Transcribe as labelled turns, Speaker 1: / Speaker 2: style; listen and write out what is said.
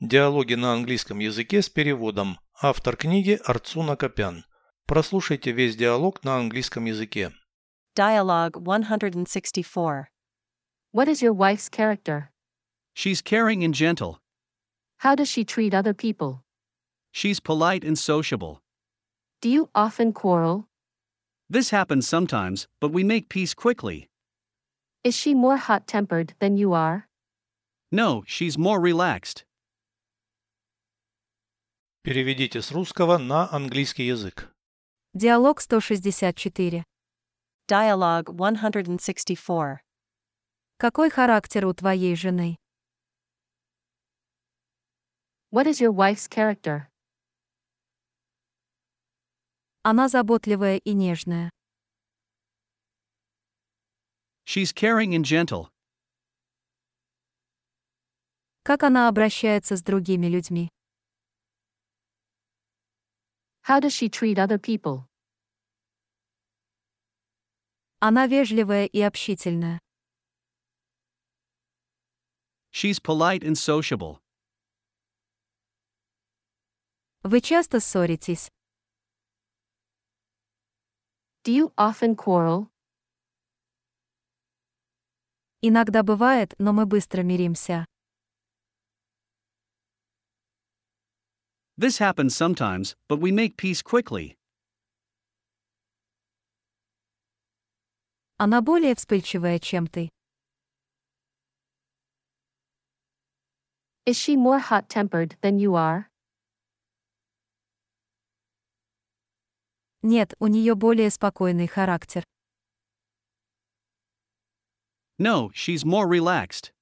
Speaker 1: Диалоги на английском языке с переводом. Автор книги Арцуна Копян. Прослушайте весь диалог на английском языке.
Speaker 2: Dialogue 164.
Speaker 3: What is your wife's character?
Speaker 4: She's caring and gentle.
Speaker 3: How does she treat other people?
Speaker 4: She's polite and sociable.
Speaker 3: Do you often quarrel?
Speaker 4: This happens sometimes, but we make peace quickly.
Speaker 3: Is she more hot tempered than you are?
Speaker 4: No, she's more relaxed.
Speaker 1: Переведите с русского на английский язык.
Speaker 5: Диалог 164.
Speaker 2: Dialogue 164.
Speaker 5: Какой характер у твоей жены?
Speaker 3: What is your wife's character?
Speaker 5: Она заботливая и нежная.
Speaker 4: She's caring and gentle.
Speaker 5: Как она обращается с другими людьми?
Speaker 3: How does she treat other people?
Speaker 5: Она вежливая и общительная.
Speaker 4: She's polite and sociable.
Speaker 5: Вы часто ссоритесь?
Speaker 3: Do you often quarrel?
Speaker 5: Иногда бывает, но мы быстро миримся.
Speaker 4: This happens sometimes, but we make peace quickly.
Speaker 5: Она более вспыльчивая, чем ты.
Speaker 3: Is she more hot tempered than you are?
Speaker 5: Нет, у нее более спокойный характер.
Speaker 4: No, she's more relaxed.